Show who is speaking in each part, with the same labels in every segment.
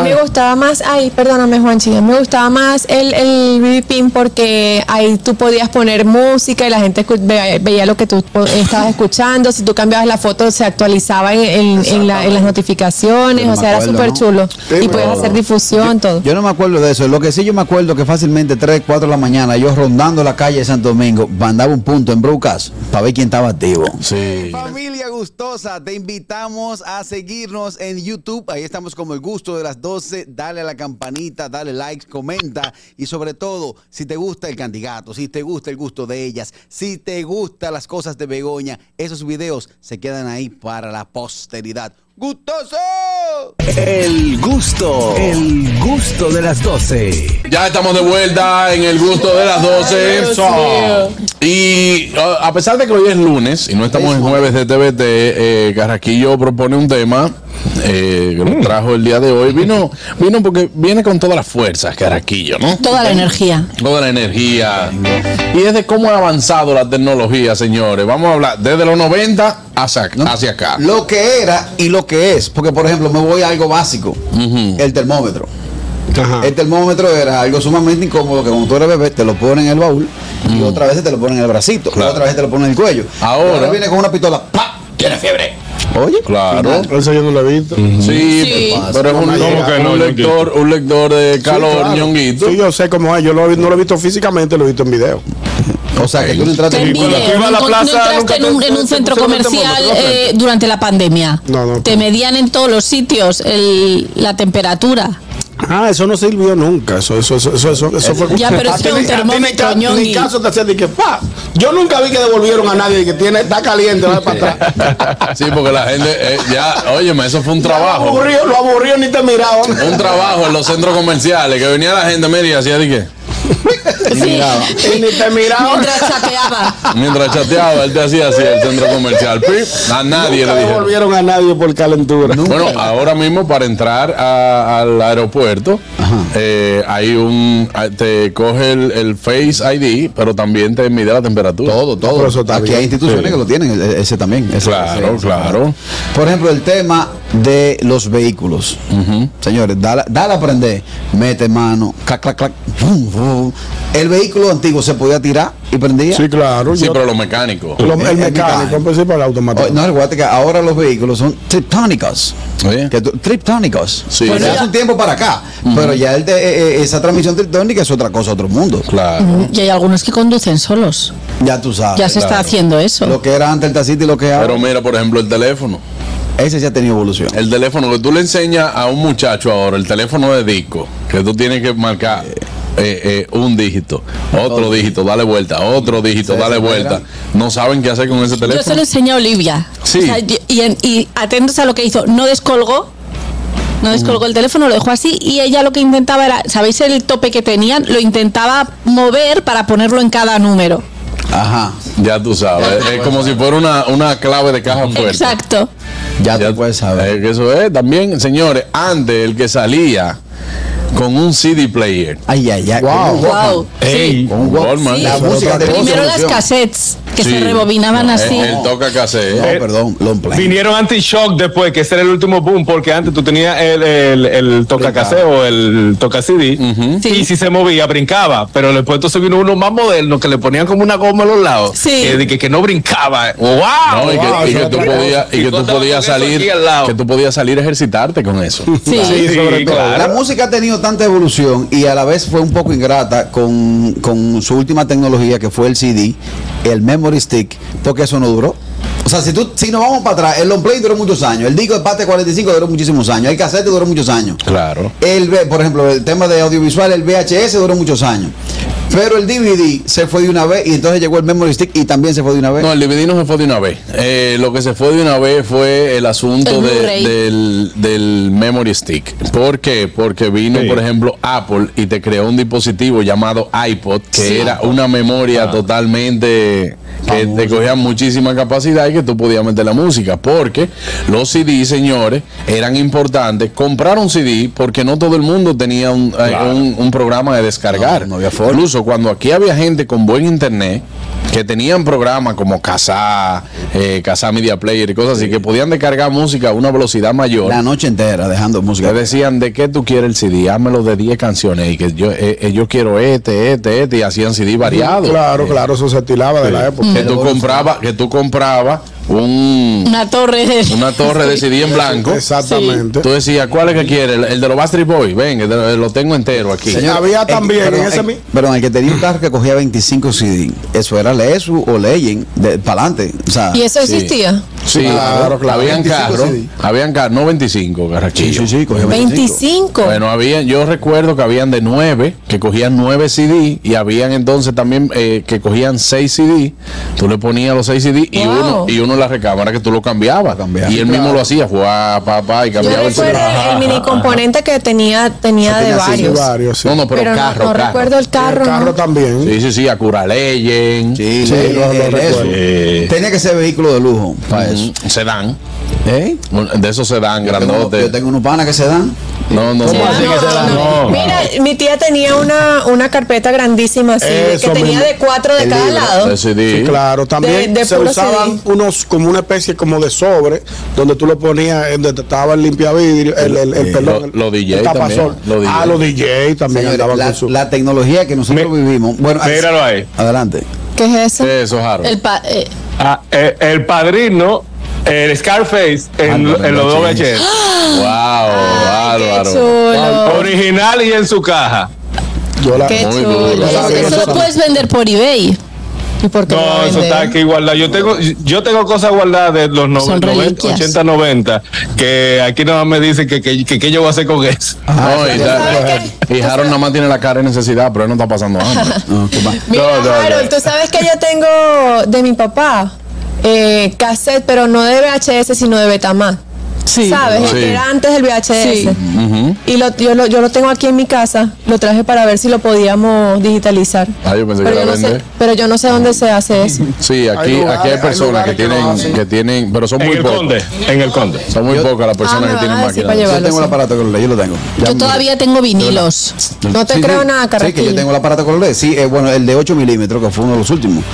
Speaker 1: Ah.
Speaker 2: me gustaba más, ay, perdóname Juanchi, a mí me gustaba más el, el BB Pin porque ahí tú podías poner música y la gente escu- ve- veía lo que tú po- estabas escuchando, si tú cambiabas la foto se actualizaba en, en- en la- en las notificaciones,
Speaker 3: Yo no
Speaker 2: o
Speaker 3: me
Speaker 2: sea, era
Speaker 3: acuerdo,
Speaker 2: súper
Speaker 3: ¿no?
Speaker 2: chulo.
Speaker 4: Sí,
Speaker 2: y
Speaker 4: pero-
Speaker 2: podías hacer difusión, todo.
Speaker 3: Yo no me acuerdo de eso. Lo que sí yo me acuerdo que fácilmente 3, 4 de la mañana, yo rondando la calle de Santo Domingo, mandaba un punto en Broadcast para ver quién estaba activo.
Speaker 4: Sí.
Speaker 3: Familia gustosa, te invitamos a seguirnos en YouTube. Ahí estamos como el gusto de las 12. Dale a la campanita, dale like, comenta y sobre todo, si te gusta el candidato, si te gusta el gusto de ellas, si te gustan las cosas de Begoña, esos videos se quedan ahí para la posteridad. ¡Gustoso!
Speaker 5: El gusto, el gusto de las 12.
Speaker 4: Ya estamos de vuelta en el gusto de las 12. Eso. Y uh, a pesar de que hoy es lunes y no estamos en jueves de TVT, eh, Carraquillo propone un tema eh, que
Speaker 1: Mm.
Speaker 4: lo trajo el día de hoy. Vino, vino porque viene con todas las fuerzas, Carraquillo, ¿no?
Speaker 6: Toda la energía.
Speaker 4: Toda la energía. Y es de cómo ha avanzado la tecnología, señores. Vamos a hablar desde los 90 hacia,
Speaker 3: ¿no?
Speaker 4: hacia acá.
Speaker 3: Lo que era y lo que es. Porque, por ejemplo, me voy a algo básico:
Speaker 4: Ujú.
Speaker 3: el termómetro.
Speaker 5: Ajá.
Speaker 3: El termómetro era algo sumamente incómodo que cuando tú eres bebé te lo ponen en el baúl y otra vez te lo ponen en el bracito,
Speaker 4: Claro.
Speaker 3: y otra vez te lo ponen en el cuello.
Speaker 4: Ahora-
Speaker 3: viene con una pistola, ¡pa! Tiene fiebre. Oye,
Speaker 4: Claro.
Speaker 1: Eso yo no lo he visto.
Speaker 4: Sí,
Speaker 6: Sí.
Speaker 4: pero es un,
Speaker 1: ¿Cómo que no,
Speaker 4: un lector, un lector de calor,
Speaker 1: claro.
Speaker 4: ñonguito.
Speaker 1: Sí, yo sé cómo es. Yo lo he- no lo he visto físicamente, lo he visto en video.
Speaker 3: O sea, que tú no entraste
Speaker 6: En
Speaker 3: en
Speaker 1: cuando
Speaker 6: video,
Speaker 1: tú ibas a la
Speaker 6: no,
Speaker 1: plaza,
Speaker 6: no entraste
Speaker 1: nunca
Speaker 6: en
Speaker 1: te-
Speaker 6: un, en un
Speaker 1: te- te
Speaker 6: centro
Speaker 1: pusieron el
Speaker 6: comercial
Speaker 1: termómetro, ¿no?
Speaker 6: eh, durante la pandemia.
Speaker 1: No, no,
Speaker 6: Te
Speaker 1: no.
Speaker 6: medían en todos los sitios el- la temperatura.
Speaker 1: Ah, eso no sirvió nunca. Eso, eso, eso, eso, eso, eso fue.
Speaker 6: Ya, pero es que
Speaker 1: A ti
Speaker 6: un
Speaker 1: ni- a ti ni
Speaker 6: termómetro,
Speaker 1: ca-
Speaker 6: ñongui.
Speaker 1: Ni caso te hacía de que, pa. Yo nunca vi que devolvieron a nadie de que tiene, está caliente, va para atrás.
Speaker 4: Sí, porque la gente, eh, ya, óyeme, eso fue un
Speaker 1: Lo
Speaker 4: trabajo.
Speaker 1: aburrido, lo aburrido ni te miraban.
Speaker 4: Un trabajo en los centros comerciales, que venía la gente, mira, y hacía de qué.
Speaker 1: Y ni te miraban.
Speaker 6: Mientras chateaba.
Speaker 4: Mientras chateaba, él te hacía así el centro comercial. Pip, A nadie
Speaker 1: Nunca
Speaker 4: le dijeron.
Speaker 1: devolvieron a nadie por calentura.
Speaker 4: Bueno, ahora mismo para entrar a- al aeropuerto, eh, hay un, ah, te coge el, el Face ID, pero también te mide la temperatura.
Speaker 3: Todo,
Speaker 1: pero eso
Speaker 3: todo.
Speaker 1: está
Speaker 3: Aquí
Speaker 1: bien.
Speaker 3: hay instituciones
Speaker 4: Sí.
Speaker 3: que lo tienen, el- ese también. ese-
Speaker 4: Claro,
Speaker 3: ese-
Speaker 4: claro.
Speaker 3: Por ejemplo, el tema de los vehículos. Señores, dale, dale a aprender. Mete mano, clac, clac, clac. vum, vum. El vehículo antiguo se podía tirar y prendía.
Speaker 1: Sí, claro.
Speaker 4: Sí,
Speaker 1: yo-
Speaker 4: pero lo mecánico.
Speaker 1: lo-
Speaker 3: el
Speaker 1: el mecánico,
Speaker 3: mecánico.
Speaker 1: empecé para el automático.
Speaker 3: Oye, no, recuerda que ahora los vehículos son triptónicos.
Speaker 4: Oye.
Speaker 3: Que tú- Triptónicos.
Speaker 4: Sí.
Speaker 3: Bueno,
Speaker 4: Ya.
Speaker 3: hace un tiempo para acá. Pero ya el de, eh, eh, esa transmisión triptónica es otra cosa, otro mundo.
Speaker 4: Claro.
Speaker 6: Y hay algunos que conducen solos.
Speaker 3: Ya tú sabes.
Speaker 6: Ya se está haciendo eso.
Speaker 3: Lo que era antes el tacito y lo que ahora.
Speaker 4: Pero Eh, mira, por ejemplo, el teléfono.
Speaker 3: ese sí ha tenido evolución.
Speaker 4: El teléfono que tú le enseñas a un muchacho ahora, el teléfono de disco, que tú tienes que marcar eh, eh, un dígito, otro dígito, dale vuelta, otro dígito,
Speaker 3: Sí,
Speaker 4: dale
Speaker 3: sí,
Speaker 4: vuelta. No saben qué hacer con ese
Speaker 6: Yo se lo
Speaker 4: teléfono.
Speaker 6: enseñé a Olivia.
Speaker 4: Sí.
Speaker 6: O sea, yo- y, en- y atentos a lo que hizo. No descolgó. No
Speaker 4: Mm.
Speaker 6: descolgó el teléfono, lo dejó así y ella lo que intentaba era, ¿sabéis el tope que tenían? Lo intentaba mover para ponerlo en cada número.
Speaker 3: Ajá.
Speaker 4: Ya tú sabes, es como si fuera una, una clave de caja fuerte.
Speaker 6: Exacto.
Speaker 3: Ya, tú puedes saber.
Speaker 4: eh, que eso es también, señores, antes el que salía con un CD player.
Speaker 3: Ay, ay, ay.
Speaker 1: Wow.
Speaker 3: Con un Walkman.
Speaker 6: Wow. Sí.
Speaker 4: Con un Walkman.
Speaker 6: Sí.
Speaker 3: La
Speaker 6: Sí.
Speaker 3: música de
Speaker 6: Primero las cassettes que
Speaker 4: Sí.
Speaker 6: se rebobinaban
Speaker 4: No,
Speaker 6: así.
Speaker 4: Él, él toca cassette.
Speaker 3: No, Eh, perdón, long play.
Speaker 7: Vinieron anti-shock después, que ese era el último boom, porque antes tú tenías el, el, el tocacassette o el toca CD,
Speaker 6: Sí.
Speaker 7: y si se movía, brincaba. Pero después entonces vino uno más moderno que le ponían como una goma a los lados,
Speaker 6: Sí.
Speaker 7: que, que, que no brincaba. Ah, ¡Wow!
Speaker 4: No, y que,
Speaker 1: Wow,
Speaker 4: y que
Speaker 1: eso
Speaker 4: tú
Speaker 1: es otra
Speaker 4: podías, y
Speaker 7: Y
Speaker 4: que
Speaker 7: tú
Speaker 4: tú
Speaker 7: estabas
Speaker 4: podías
Speaker 7: con eso
Speaker 4: salir,
Speaker 7: aquí al lado.
Speaker 4: que tú podías salir a ejercitarte con eso.
Speaker 6: Sí.
Speaker 1: Sí, sobre todo.
Speaker 7: claro.
Speaker 3: La música ha tenido tanta evolución y a la vez fue un poco ingrata con, con su última tecnología que fue el CD, el Memory Stick, porque eso no duró. O sea, si, tú, si nos vamos para atrás, el long play duró muchos años, el disco de parte 45 duró muchísimos años, el cassette duró muchos años.
Speaker 4: Claro.
Speaker 3: El, V- por ejemplo, el tema de audiovisual, el VHS duró muchos años. Pero el DVD se fue de una vez y entonces llegó el Memory Stick y también se fue de una vez.
Speaker 4: No, el DVD no se fue de una vez. Eh, lo que se fue de una vez fue el asunto
Speaker 6: El
Speaker 4: de-
Speaker 6: Blu-ray.
Speaker 4: del, del memory stick. ¿Por qué? Porque vino,
Speaker 7: Sí.
Speaker 4: por ejemplo, Apple y te creó un dispositivo llamado iPod, que era una memoria totalmente que te cogía muchísima capacidad y que tú podías meter la música. Porque los CD, señores, eran importantes. Comprar un CD porque no todo el mundo tenía un, eh, un- un programa de descargar.
Speaker 3: No, no había forma.
Speaker 4: Incluso cuando aquí había gente con buen internet, que tenían programas como Casa, eh, Casa Media Player y cosas así, que podían descargar música a una velocidad mayor.
Speaker 3: La noche entera dejando música.
Speaker 4: Le decían, ¿de qué tú quieres el CD? Házmelo de 10 canciones y que yo, eh, eh, yo quiero este, este, este, y hacían CD variado.
Speaker 1: Claro, claro, eso se estilaba de la época.
Speaker 4: Que tú comprabas, que tú comprabas un,
Speaker 6: Una torre de-
Speaker 4: una torre de CD en blanco.
Speaker 1: Exactamente.
Speaker 4: Tú decías, ¿cuál es que quieres? El, el de los Bastard Boys, ven, el de- lo tengo entero aquí.
Speaker 1: Señor, Había
Speaker 3: el-
Speaker 1: también en
Speaker 3: perdón,
Speaker 1: ese
Speaker 3: el-
Speaker 1: mi-
Speaker 3: perdón, el que tenía un carro que cogía 25 CD. Eso era Lesu o Leyen, de para adelante. O sea,
Speaker 2: ¿Y eso
Speaker 4: Sí.
Speaker 2: existía?
Speaker 4: Sí,
Speaker 1: Claro, claro,
Speaker 4: habían
Speaker 1: 25
Speaker 4: carros,
Speaker 1: CD.
Speaker 4: habían carros, no 25,
Speaker 3: sí,
Speaker 4: Garraquillo.
Speaker 3: sí, sí, cogía 25.
Speaker 2: 25.
Speaker 4: Bueno, había, yo recuerdo que habían de 9, que cogían 9 CD y habían entonces también eh, que cogían 6 CD. Tú le ponías los 6 CD y
Speaker 2: Wow.
Speaker 4: uno y uno en la recámara que tú lo cambiabas.
Speaker 3: Cambiaba.
Speaker 4: Y él mismo lo hacía, jugaba, papá, y
Speaker 2: Yo
Speaker 4: cambiaba el CD.
Speaker 2: recuerdo el mini componente que tenía, tenía de
Speaker 3: tenía así,
Speaker 2: varios.
Speaker 1: varios, sí.
Speaker 4: No, no, pero,
Speaker 2: Pero no-
Speaker 4: carro,
Speaker 2: no,
Speaker 4: carro.
Speaker 2: recuerdo el carro.
Speaker 1: el carro
Speaker 2: ¿no?
Speaker 1: también.
Speaker 4: Sí, sí, sí, a Cura Legend.
Speaker 3: Sí,
Speaker 1: Sí,
Speaker 3: Leyen,
Speaker 1: lo- lo
Speaker 3: Lesu.
Speaker 1: recuerdo.
Speaker 4: Eh,
Speaker 3: Tenía que ser vehículo de lujo para eso.
Speaker 4: mm, sedán.
Speaker 3: ¿Eh?
Speaker 4: De esos sedán
Speaker 3: Tengo-
Speaker 4: grandotes.
Speaker 3: yo tengo unos panas que se dan.
Speaker 4: No, no, no.
Speaker 7: así que se da? No.
Speaker 2: Mira, mi tía tenía una, una carpeta grandísima así, de que
Speaker 1: Eso
Speaker 2: tenía
Speaker 1: mismo.
Speaker 2: de cuatro de
Speaker 3: El
Speaker 2: cada
Speaker 3: libro,
Speaker 2: lado.
Speaker 4: De CD.
Speaker 1: Sí, claro, también
Speaker 2: De- de
Speaker 1: se
Speaker 2: puro
Speaker 1: usaban
Speaker 2: CD.
Speaker 1: unos como una especie como de sobre donde tú lo ponías eh, donde estaba el limpiavidrio, el, el, el,
Speaker 4: Eh,
Speaker 1: perdón,
Speaker 4: lo-
Speaker 1: el-
Speaker 4: lo
Speaker 1: el
Speaker 4: DJ
Speaker 1: tapasol.
Speaker 4: también, lo
Speaker 1: Ah,
Speaker 4: DJ.
Speaker 1: los DJ también
Speaker 3: Señores,
Speaker 1: andaban
Speaker 3: la,
Speaker 1: con su
Speaker 3: la tecnología que nosotros
Speaker 7: Mi-
Speaker 3: vivimos. Bueno,
Speaker 7: Míralo ahí.
Speaker 3: adelante.
Speaker 2: ¿Qué es eso?
Speaker 4: Eso, Harold.
Speaker 6: El pa- eh,
Speaker 7: Ah, eh, el padrino, el Scarface en,
Speaker 4: Ándale,
Speaker 7: en los
Speaker 4: Ah, no,
Speaker 7: dos
Speaker 4: sí.
Speaker 7: VHS.
Speaker 4: Wow,
Speaker 2: Ay, qué
Speaker 4: bárbaro.
Speaker 2: chulo.
Speaker 7: Original y en su caja.
Speaker 1: yo la-
Speaker 2: Qué
Speaker 4: Muy
Speaker 2: chulo.
Speaker 4: duro.
Speaker 6: eso- eso lo puedes vender por eBay.
Speaker 2: ¿Y por qué lo va
Speaker 7: No,
Speaker 2: a
Speaker 7: eso está
Speaker 2: vender?
Speaker 7: aquí guardado. Yo tengo, yo tengo cosas guardadas de los no-
Speaker 6: Son
Speaker 7: 90,
Speaker 6: reliquias.
Speaker 7: 80, 90, que aquí nada más me dicen que, que, que, que yo voy a hacer con eso.
Speaker 4: No, y, pues,
Speaker 2: ¿sabes qué?
Speaker 4: y Harold nada más tiene la cara de necesidad, pero él no está pasando hambre.
Speaker 3: No, qué va.
Speaker 2: Mira,
Speaker 4: No, no,
Speaker 2: Harold,
Speaker 4: no.
Speaker 2: tú sabes que yo tengo de mi papá eh, cassette, pero no de VHS, sino de Betamax.
Speaker 6: Sí.
Speaker 2: ¿Sabes? El
Speaker 4: Sí.
Speaker 2: que Era antes del VHS.
Speaker 6: Sí.
Speaker 2: Y lo, yo, lo, yo lo tengo aquí en mi casa. Lo traje para ver si lo podíamos digitalizar.
Speaker 4: Ah, yo pensé que
Speaker 2: pero,
Speaker 4: era
Speaker 2: yo no sé,
Speaker 4: vender.
Speaker 2: pero yo no sé dónde se hace eso.
Speaker 4: Sí, aquí
Speaker 1: Hay
Speaker 4: hay,
Speaker 1: lugares-
Speaker 4: aquí hay
Speaker 1: hay
Speaker 4: personas que
Speaker 1: lugares que lo
Speaker 4: tienen, que,
Speaker 1: hacen.
Speaker 4: tienen, pero son
Speaker 7: En
Speaker 4: muy
Speaker 7: el
Speaker 4: pocas.
Speaker 7: conde, en el conde.
Speaker 4: Son muy pocas las
Speaker 2: Ah,
Speaker 4: personas
Speaker 2: me
Speaker 4: que tienen
Speaker 2: vas a decir
Speaker 4: máquinas.
Speaker 2: para
Speaker 3: Yo
Speaker 2: llevarlo,
Speaker 3: tengo el
Speaker 2: sí.
Speaker 3: aparato con ley, yo lo tengo. Ya
Speaker 6: Yo
Speaker 3: me-
Speaker 6: todavía tengo vinilos.
Speaker 2: No te creo nada,
Speaker 3: Sí, que yo
Speaker 2: Carraquillo.
Speaker 3: tengo el aparato con LED. Sí, eh, bueno, el de 8 milímetros, que fue uno de los últimos.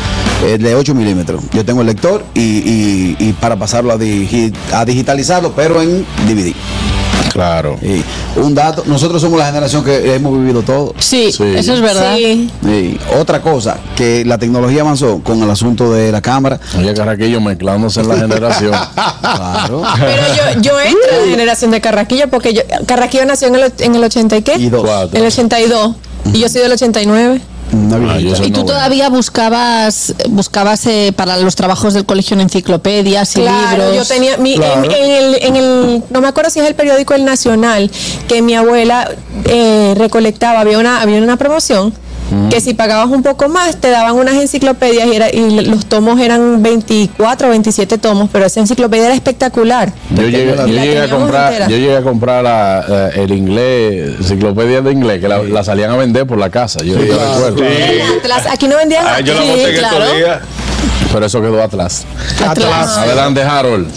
Speaker 3: El de 8 milímetros. Yo tengo el lector y, y- y para pasarlo a, digi- a digitalizarlo, pero en DVD.
Speaker 4: Claro.
Speaker 3: Y un dato, nosotros somos la generación que hemos vivido todo.
Speaker 6: Sí,
Speaker 4: Sí.
Speaker 6: eso es verdad.
Speaker 2: Sí.
Speaker 3: Y otra cosa, que la tecnología avanzó con el asunto de la cámara.
Speaker 4: Oye, Carraquillo mezclándose en la generación.
Speaker 3: Claro.
Speaker 2: Pero yo,
Speaker 6: Uh.
Speaker 2: yo entro en la generación de Carraquillo porque yo, Carraquillo nació en el, och- en el 80 y qué?
Speaker 3: Y dos.
Speaker 4: Cuatro.
Speaker 2: El 82. Y yo soy del 89.
Speaker 3: Una
Speaker 4: Ah, yo
Speaker 3: viejita.
Speaker 4: soy
Speaker 6: Y tú
Speaker 4: noventa.
Speaker 6: todavía buscabas buscabas eh, para los trabajos del colegio en enciclopedias y
Speaker 2: Claro,
Speaker 6: libros.
Speaker 2: yo tenía mi, en- en, el, en el, no me acuerdo si es el periódico El Nacional, que mi abuela eh, recolectaba, había una, había una promoción.
Speaker 7: Mm.
Speaker 2: Que si pagabas un poco más, te daban unas enciclopedias y, era, y los tomos eran 24 o 27 tomos, pero esa enciclopedia era espectacular.
Speaker 4: Yo llegué, yo
Speaker 2: La
Speaker 4: llegué a
Speaker 2: teníamos
Speaker 4: comprar,
Speaker 2: entera.
Speaker 4: yo llegué a comprar la- la- el inglés, enciclopedia de inglés, que la, la salían a vender por la casa. Yo, yo recuerdo.
Speaker 2: Era el Atlas, Aquí no vendían
Speaker 7: Ah, yo la
Speaker 2: Atlas.
Speaker 7: monté
Speaker 2: Sí,
Speaker 7: en estos
Speaker 2: claro.
Speaker 7: días.
Speaker 4: Pero eso quedó atrás.
Speaker 6: Atrás.
Speaker 4: Adelante, Harold.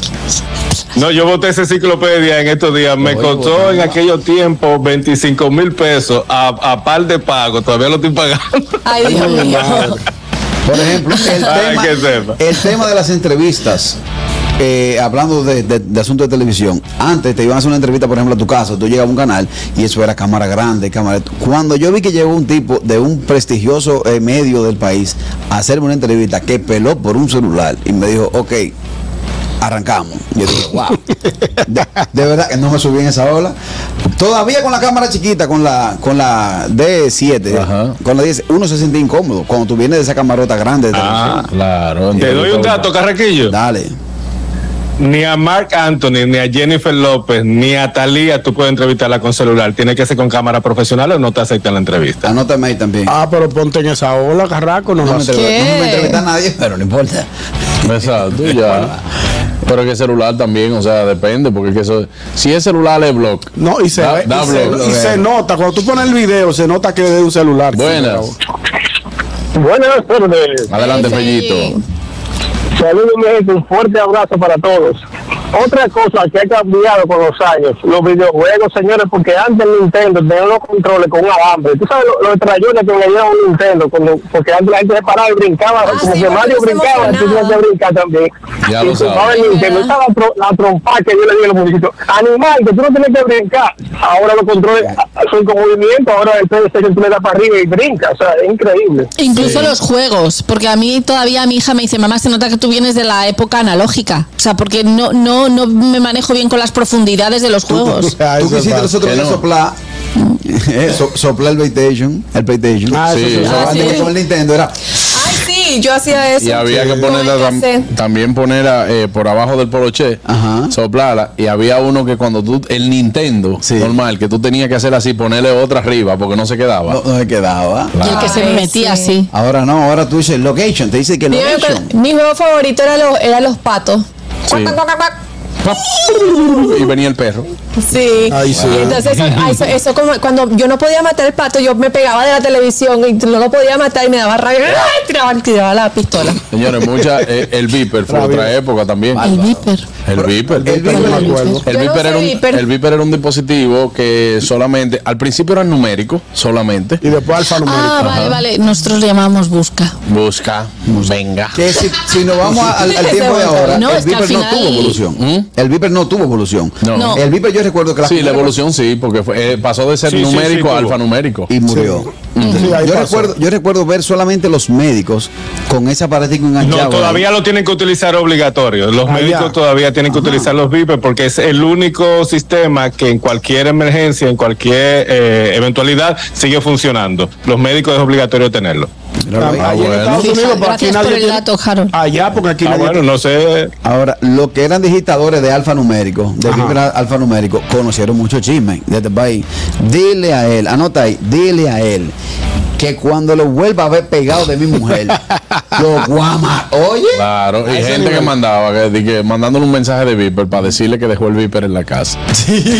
Speaker 7: No, yo boté esa enciclopedia en estos días. Me costó en aquellos tiempos 25 mil pesos a, a par de pago. Todavía lo estoy pagando.
Speaker 6: Ay, Dios mío.
Speaker 3: Por ejemplo, el
Speaker 7: Ay,
Speaker 3: tema,
Speaker 7: que sepa.
Speaker 3: el tema de las entrevistas. eh, hablando de, de- de asuntos de televisión, antes te iban a hacer una entrevista, por ejemplo, a tu casa, tú llegabas a un canal y eso era cámara grande, cámara. Cuando yo vi que llegó un tipo de un prestigioso eh, medio del país a hacerme una entrevista que peló por un celular y me dijo, ok, arrancamos. Yo dije, wow. De, de verdad que no me subí en esa ola. Todavía con la cámara chiquita, con la con la D7,
Speaker 4: Ajá.
Speaker 3: con la 10, uno se siente incómodo cuando tú vienes de esa camarota grande. de
Speaker 4: Ah,
Speaker 3: televisión.
Speaker 4: Claro.
Speaker 7: Te doy un dato, Carraquillo.
Speaker 3: Dale.
Speaker 7: Ni a Mark Anthony, ni a Jennifer López, ni a Talía tú puedes entrevistarla con celular. Tiene que ser con cámara profesional o no te aceptan la entrevista.
Speaker 3: Anótame ahí también.
Speaker 1: Ah, pero ponte en esa ola, carraco, no,
Speaker 3: no, me
Speaker 1: vas-
Speaker 3: entrev- no me
Speaker 2: ¿Qué?
Speaker 3: entrevista a nadie, pero no importa.
Speaker 4: Exacto, ya. Pero que celular también, o sea, depende, porque que eso, si es celular es blog.
Speaker 1: No, y se,
Speaker 4: Da-
Speaker 1: ve-
Speaker 4: da
Speaker 1: y se-
Speaker 4: blog.
Speaker 1: y se nota, cuando tú pones el video, se nota que es de un celular.
Speaker 4: Buenas.
Speaker 8: Buenas tardes.
Speaker 4: Adelante,
Speaker 2: Sí.
Speaker 4: Fellito.
Speaker 8: Saludos, México. Un fuerte abrazo para todos. Otra cosa que ha cambiado con los años, los videojuegos, señores, porque antes Nintendo tenía los controles con un alambre. Tú sabes los lo trayones que le dieron a un Nintendo, cuando, porque antes la gente se paraba y brincaba,
Speaker 6: Ah,
Speaker 8: como
Speaker 6: sí,
Speaker 8: que
Speaker 6: porque
Speaker 8: Mario
Speaker 6: se
Speaker 8: brincaba, tú
Speaker 6: emocionaba.
Speaker 8: tenías que brincar también.
Speaker 4: Ya
Speaker 8: y
Speaker 4: lo
Speaker 8: tú sabes,
Speaker 4: sabes.
Speaker 8: Nintendo, estaba la, tro- la trompa que yo le di a los muñequitos. Animal, que tú no tienes que brincar. Ahora los controles ah, son con movimiento, ahora el PlayStation tú le das para arriba y brinca, o sea, es increíble.
Speaker 6: Incluso los juegos, porque a mí todavía mi hija me dice, mamá, se nota que tú vienes de la época analógica. O sea, porque no, no, no me manejo bien con las profundidades de los juegos.
Speaker 1: Ah,
Speaker 3: Pues, Tú
Speaker 1: eso
Speaker 3: quisiste
Speaker 1: está.
Speaker 3: los otros
Speaker 4: Que
Speaker 3: días
Speaker 4: no.
Speaker 3: soplar. eh, so- soplar el PlayStation. El PlayStation.
Speaker 1: Ah,
Speaker 4: Sí.
Speaker 1: eso sí.
Speaker 6: Ah,
Speaker 3: Antes
Speaker 6: sí.
Speaker 3: que con el Nintendo era.
Speaker 2: Ay, sí, yo hacía eso.
Speaker 4: Y había que
Speaker 2: No,
Speaker 4: ponerla
Speaker 2: hay que
Speaker 4: tam-
Speaker 2: hacer.
Speaker 4: también poner a, eh, por abajo del poloché,
Speaker 3: Ajá.
Speaker 4: soplarla. Y había uno que cuando tú, el Nintendo,
Speaker 3: Sí.
Speaker 4: normal, que tú tenías que hacer así, ponerle otra arriba porque no se quedaba.
Speaker 3: No, no se quedaba.
Speaker 6: Y el que se
Speaker 2: Ay,
Speaker 6: metía
Speaker 2: sí.
Speaker 6: así.
Speaker 3: Ahora no, ahora tú dices location. Te dice que
Speaker 2: Yo me
Speaker 3: location.
Speaker 2: acuerdo- Mi juego favorito era los, era los patos.
Speaker 4: Sí.
Speaker 2: Cuac, cuac, cuac, cuac.
Speaker 4: ¡Pap! Y venía el perro.
Speaker 2: Sí.
Speaker 1: Ay, sí.
Speaker 2: Y entonces eso, ah, eso- eso como cuando yo no podía matar el pato, yo me pegaba de la televisión y no lo podía matar y me daba rabia. ¡Ay! Tiraba, tiraba la pistola.
Speaker 4: Señores, mucha, eh, el Viper fue otra época también.
Speaker 6: El viper.
Speaker 4: El Viper.
Speaker 3: El Viper,
Speaker 1: no me acuerdo.
Speaker 2: Yo
Speaker 4: El
Speaker 2: no
Speaker 4: Viper,
Speaker 2: sé
Speaker 4: era un,
Speaker 2: Viper.
Speaker 4: el Viper era un dispositivo que solamente, al principio era numérico, solamente.
Speaker 1: Y después alfanumérico.
Speaker 6: Ah, vale, vale. Nosotros le llamamos busca.
Speaker 4: Busca, venga.
Speaker 3: Que si, si nos vamos a- al, al tiempo de ahora,
Speaker 6: No,
Speaker 3: el
Speaker 6: es que al
Speaker 3: Viper no
Speaker 6: final-
Speaker 3: tuvo evolución.
Speaker 4: ¿Mm?
Speaker 3: El Viper no tuvo evolución.
Speaker 4: No. No.
Speaker 3: El Viper yo recuerdo que la
Speaker 4: Sí, la evolución sí, porque fue- eh, pasó de ser
Speaker 7: Sí, sí, sí,
Speaker 4: numérico a
Speaker 7: tuvo.
Speaker 4: alfanumérico.
Speaker 3: y murió.
Speaker 1: Sí, ahí
Speaker 3: Yo
Speaker 1: pasó.
Speaker 3: recuerdo, yo recuerdo ver solamente los médicos con ese aparatico enganchado.
Speaker 7: No, todavía lo tienen que utilizar obligatorio. Los
Speaker 1: Ah,
Speaker 7: médicos
Speaker 1: ya.
Speaker 7: todavía tienen que utilizar los VIPers porque es el único sistema que en cualquier emergencia, en cualquier eh, eventualidad, sigue funcionando. Los médicos es obligatorio tenerlo.
Speaker 3: Míralo ahí.
Speaker 1: Allá
Speaker 4: Ah, bueno.
Speaker 1: en Estados Unidos, pero aquí
Speaker 6: Gracias por
Speaker 1: nadie
Speaker 6: el
Speaker 1: tiene-
Speaker 6: dato, Harold.
Speaker 1: Allá, porque aquí
Speaker 7: Ah,
Speaker 1: nadie
Speaker 7: bueno, no sé.
Speaker 3: Ahora, lo que eran digitadores de alfanumérico, de
Speaker 1: Ajá.
Speaker 3: Viper al- alfanumérico, conocieron mucho chisme de este país. Dile a él, anota ahí, dile a él que cuando lo vuelva a ver pegado de mi mujer, lo guama. Oye.
Speaker 4: Claro, y gente que mandaba, que, di que mandándole un mensaje de Viper para decirle que dejó el Viper en la casa.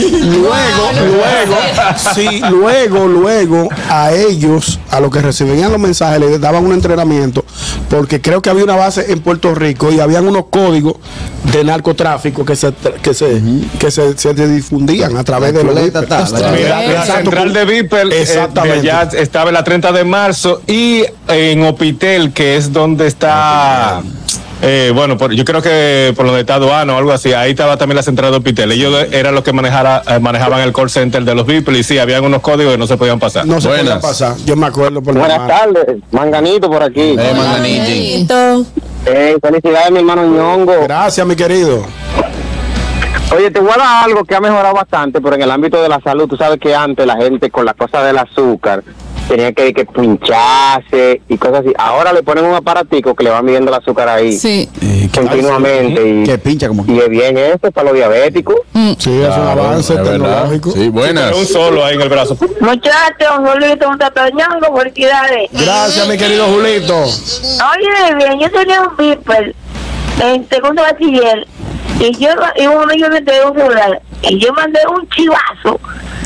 Speaker 1: Luego, luego, sí, luego, luego, a ellos, a los que recibían los mensajes, les daban un entrenamiento, porque creo que había una base en Puerto Rico y habían unos códigos de narcotráfico que se tra- que se, que se, se difundían a través
Speaker 3: La
Speaker 1: de los
Speaker 3: chuleta
Speaker 1: Viper.
Speaker 3: está, la
Speaker 1: Ostras,
Speaker 3: chuleta.
Speaker 7: Mira, la
Speaker 1: exacto,
Speaker 7: central de Viper eh,
Speaker 1: Exactamente.
Speaker 7: de allá estaba en la 30 de marzo y en Opitel, que es donde está. eh, bueno, por- yo creo que por donde está aduana o algo así, ahí estaba también la central de Opitel. Ellos eran los que manejara, eh, manejaban el call center de los Viper y sí, habían unos códigos que no se podían pasar.
Speaker 1: no se
Speaker 4: Buenas.
Speaker 1: podía pasar. Yo me acuerdo por mi
Speaker 8: Buenas
Speaker 1: hermano.
Speaker 8: tardes, Manganito por aquí.
Speaker 4: Eh, mandanito.
Speaker 6: Ay,
Speaker 8: Eh, felicidades, mi hermano Ñongo.
Speaker 1: Gracias, mi querido.
Speaker 8: Oye, te voy a dar algo que ha mejorado bastante, pero en el ámbito de la salud, tú sabes que antes la gente con la cosa del azúcar tenía que, que pincharse y cosas así. Ahora le ponen un aparatico que le va midiendo el azúcar ahí
Speaker 6: Sí.
Speaker 3: Eh, que-
Speaker 8: continuamente. y,
Speaker 3: Que pincha como
Speaker 8: y es bien eso para los diabéticos.
Speaker 1: Sí, es un
Speaker 4: Claro,
Speaker 1: avance
Speaker 4: es verdad.
Speaker 1: tecnológico.
Speaker 4: Sí, buenas.
Speaker 7: Un solo ahí en el brazo.
Speaker 9: Muchachos, Julito, un tatañango, felicidades.
Speaker 1: Gracias, mi querido Julito.
Speaker 9: Oye, bien, yo tenía un beeper en segundo bachiller y yo y un amigo me entregó un celular y yo mandé un chivazo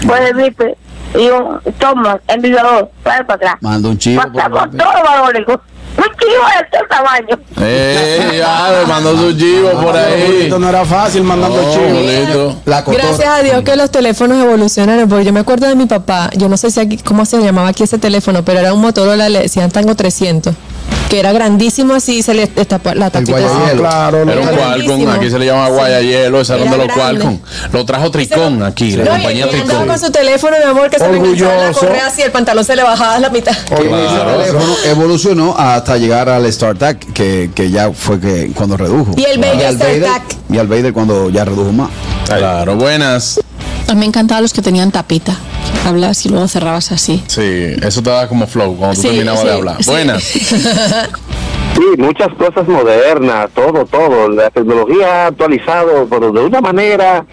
Speaker 9: por el beeper y un toma, el vibrador, para para atrás.
Speaker 3: Manda un chivo. por
Speaker 9: Pasamos
Speaker 3: el-
Speaker 9: todo valórico. Un chivo de este tamaño.
Speaker 4: ¡Ey! Eh, ya, le mandó su chivo por ahí!
Speaker 1: Julito no era fácil mandando
Speaker 4: Oh,
Speaker 1: chivos.
Speaker 4: bonito.
Speaker 3: La cotorra.
Speaker 2: Gracias a Dios que los teléfonos evolucionaron, porque yo me acuerdo de mi papá, yo no sé si aquí, cómo se llamaba aquí ese teléfono, pero era un Motorola, le decían Tango 300, que era grandísimo así, se le destapó la tapita.
Speaker 3: guayabo.
Speaker 2: así.
Speaker 1: Ah,
Speaker 3: Hielo.
Speaker 1: claro,
Speaker 4: Era un
Speaker 2: Era
Speaker 4: Qualcomm,
Speaker 2: grandísimo.
Speaker 4: aquí se le llama Guayayelo, el salón
Speaker 2: Era
Speaker 4: de los
Speaker 2: grande.
Speaker 4: Qualcomm. Lo trajo Tricón aquí,
Speaker 2: No,
Speaker 4: la
Speaker 2: y-
Speaker 4: compañía
Speaker 2: y andaba
Speaker 4: Tricón.
Speaker 2: con su teléfono, mi amor, que se le enganchaba la
Speaker 1: Orgulloso.
Speaker 2: correa así, el pantalón se le bajaba a la mitad.
Speaker 3: Que
Speaker 4: Claro.
Speaker 3: ese teléfono evolucionó hasta llegar al StarTAC, que, que ya fue que cuando redujo.
Speaker 2: Y el bello
Speaker 3: al Vader-
Speaker 2: StarTAC.
Speaker 3: Y al Vader cuando ya redujo más.
Speaker 4: Claro, buenas.
Speaker 6: A mí me encantaban los que tenían tapita. Hablas y luego cerrabas así.
Speaker 4: Sí, eso te da como flow cuando tú
Speaker 6: Sí,
Speaker 4: terminabas de
Speaker 6: sí,
Speaker 4: hablar.
Speaker 6: sí.
Speaker 4: Buenas.
Speaker 8: Sí, muchas cosas modernas, todo, todo. La tecnología ha actualizado, pero de una manera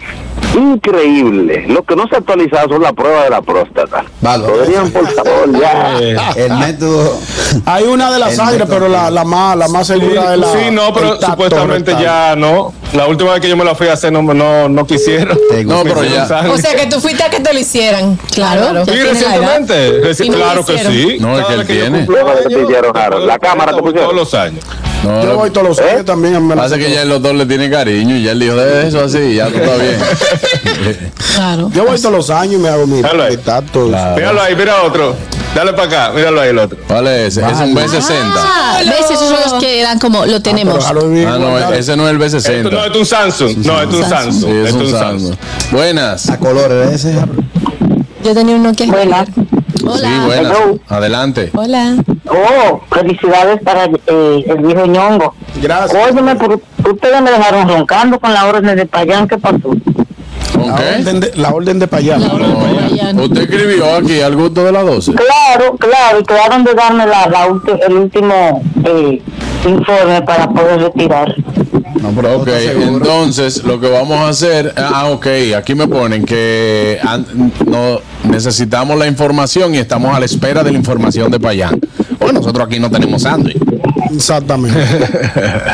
Speaker 8: increíble. Lo que no se ha actualizado son la prueba de la próstata.
Speaker 3: Vale.
Speaker 8: Podrían, por favor, ya.
Speaker 7: Eh,
Speaker 3: El método.
Speaker 1: Hay una de la
Speaker 3: El
Speaker 1: sangre,
Speaker 3: método.
Speaker 1: pero la, la más, la más
Speaker 7: Sí,
Speaker 1: segura es la.
Speaker 7: sí, no, pero
Speaker 1: el tacto
Speaker 7: supuestamente
Speaker 1: rectal.
Speaker 7: ya no. La última vez que yo me la fui a hacer no, no, no quisieron.
Speaker 3: Te
Speaker 4: No,
Speaker 3: gusta.
Speaker 4: pero
Speaker 7: Me
Speaker 4: ya.
Speaker 7: sangre.
Speaker 2: O sea que tú fuiste a que te lo hicieran. Claro.
Speaker 7: Sí, recientemente. Reci-
Speaker 2: Y no lo
Speaker 7: claro que
Speaker 2: hicieron.
Speaker 7: sí.
Speaker 4: No, es
Speaker 7: Cada
Speaker 4: que él
Speaker 7: vez yo
Speaker 4: tiene.
Speaker 7: cumplo
Speaker 8: Luego te
Speaker 7: años,
Speaker 8: pidieron, Harold, la cámara te
Speaker 7: Todos
Speaker 8: pusieron.
Speaker 7: los años.
Speaker 4: No,
Speaker 1: Yo
Speaker 4: lo-
Speaker 1: voy todos los años también. me la
Speaker 4: Pasa
Speaker 1: saco.
Speaker 4: que ya los dos le tiene cariño y ya él dijo, de eso así, ya tú está bien.
Speaker 6: Claro.
Speaker 1: Yo voy todos los años y me hago mi,
Speaker 7: Hello.
Speaker 1: mi tacto.
Speaker 4: Claro.
Speaker 7: Míralo ahí, mira otro. Dale para acá, míralo ahí el otro.
Speaker 4: ¿Cuál es ese? Es un B60.
Speaker 6: Ah, ¿Ves? Esos son los que eran como, lo tenemos.
Speaker 1: Pero déjalo vivir,
Speaker 4: Ah, no,
Speaker 1: guardalo.
Speaker 4: ese no es el
Speaker 7: Esto no,
Speaker 4: B60.
Speaker 7: esto es un Samsung. No, esto es un
Speaker 6: Samsung.
Speaker 7: Samsung.
Speaker 4: Sí, es
Speaker 7: Esto
Speaker 4: un Samsung. Buenas.
Speaker 5: A colores ese.
Speaker 2: Yo tenía un Nokia.
Speaker 9: Buenas.
Speaker 6: Hola.
Speaker 4: Sí, buenas.
Speaker 9: Hello.
Speaker 4: Adelante.
Speaker 2: Hola.
Speaker 9: Oh, felicidades para eh, el viejo ñongo.
Speaker 1: Gracias.
Speaker 9: Óyeme, pero ustedes me dejaron roncando con la orden de payán que pasó.
Speaker 4: ¿Con
Speaker 1: La
Speaker 4: qué?
Speaker 1: orden de- La orden de payano.
Speaker 4: No. Usted escribió aquí al gusto de las 12.
Speaker 9: Claro, claro, y quedaron de darme la, la ulti- el último eh, informe para poder retirar.
Speaker 5: No, pero
Speaker 4: Ok, entonces lo que vamos a hacer, ah, ok, aquí me ponen que an- no necesitamos la información y estamos a la espera de la información de Payán. Bueno, nosotros aquí no tenemos sándwich.
Speaker 1: Exactamente.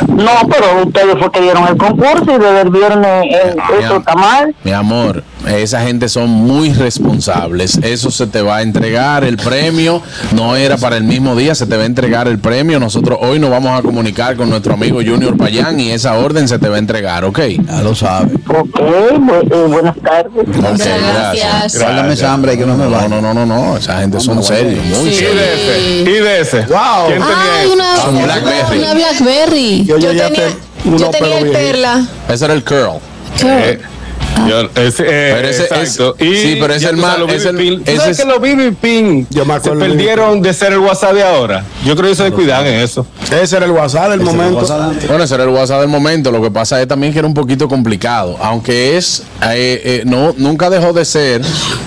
Speaker 9: No, pero ustedes fue que dieron el concurso y desde el viernes eh,
Speaker 4: Ya,
Speaker 9: eso
Speaker 4: ya.
Speaker 9: está mal.
Speaker 4: Mi amor, esa gente son muy responsables. Eso se te va a entregar el premio. No era para el mismo día, se te va a entregar el premio. Nosotros hoy nos vamos a comunicar con nuestro amigo Junior Payán y esa orden se te va a entregar, ¿ok?
Speaker 5: Ya lo sabe.
Speaker 9: Ok, bu- eh, buenas tardes.
Speaker 4: Ok,
Speaker 6: Gracias.
Speaker 5: Guárdame esa hambre y que no me
Speaker 4: No,
Speaker 5: vaya.
Speaker 4: no, no, no, no. Esa gente son serios, muy
Speaker 7: Y
Speaker 4: serios.
Speaker 7: de ese. Y de ese.
Speaker 1: Wow.
Speaker 7: ¿Quién tenía
Speaker 6: Ay,
Speaker 7: ese?
Speaker 6: una,
Speaker 4: Ah, un Blackberry.
Speaker 6: una Blackberry.
Speaker 2: Yo,
Speaker 1: llegué a
Speaker 2: tenía,
Speaker 1: ter- uno,
Speaker 2: yo
Speaker 1: pero
Speaker 2: tenía el
Speaker 1: viejito.
Speaker 2: Perla.
Speaker 4: Ese era el curl.
Speaker 7: Eh, yo- ese, eh,
Speaker 4: Pero ese-
Speaker 7: exacto.
Speaker 4: ese- sí, pero ese
Speaker 7: ya
Speaker 4: el
Speaker 7: tú
Speaker 4: más-
Speaker 7: sabes, los
Speaker 4: es el-
Speaker 7: BB pin. ¿Tú
Speaker 4: ese
Speaker 7: sabes
Speaker 4: es-
Speaker 7: que los BB pin
Speaker 1: Yo me
Speaker 7: se
Speaker 1: acuerdo de
Speaker 7: perdieron de ser el WhatsApp de ahora. Yo creo que se descuidan en eso.
Speaker 1: Ese era el WhatsApp del momento.
Speaker 4: Bueno, ese era el WhatsApp del momento. Lo que pasa es también que era un poquito complicado. Aunque es, eh, eh, no, nunca dejó de ser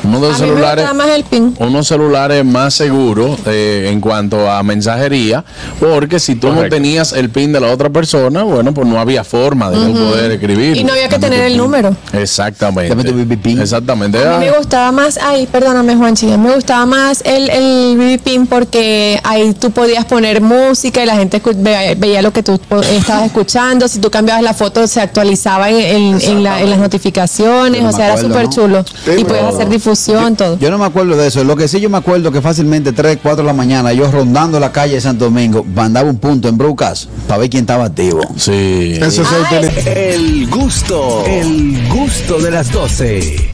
Speaker 4: uno de los
Speaker 2: A mí me
Speaker 4: celulares.
Speaker 2: gustaba más el pin.
Speaker 4: unos celulares más seguros eh, en cuanto a mensajería, porque si tú no
Speaker 7: Correcto.
Speaker 4: tenías el pin de la otra persona, bueno, pues no había forma de tú poder escribir.
Speaker 2: Y no había que
Speaker 4: Dame
Speaker 2: tener
Speaker 4: tu
Speaker 2: el
Speaker 4: pin.
Speaker 2: número.
Speaker 4: Exactamente.
Speaker 5: Dame tu BBP.
Speaker 4: Exactamente.
Speaker 2: A mí me
Speaker 4: Ah,
Speaker 2: gustaba más, ay, perdóname Juanchi, a mí me gustaba más el, el BB Pin porque ahí tú podías poner música y la gente escu- ve- veía lo que tú po- estabas escuchando, si tú cambiabas la foto se actualizaba en, en- en la- en las notificaciones,
Speaker 5: Yo no
Speaker 2: o
Speaker 5: me
Speaker 2: sea, era
Speaker 5: acuerdo,
Speaker 2: súper chulo.
Speaker 1: Sí,
Speaker 2: y
Speaker 1: pero-
Speaker 2: podías hacer difusión, todo.
Speaker 5: Yo no me acuerdo de eso. Lo que sí yo me acuerdo que fácilmente 3, 4 de la mañana, yo rondando la calle de Santo Domingo, mandaba un punto en Brucas para ver quién estaba activo.
Speaker 4: sí.
Speaker 2: Ah,
Speaker 1: Ese es el
Speaker 6: Ay,
Speaker 1: tele-
Speaker 5: El gusto, el gusto de las 12.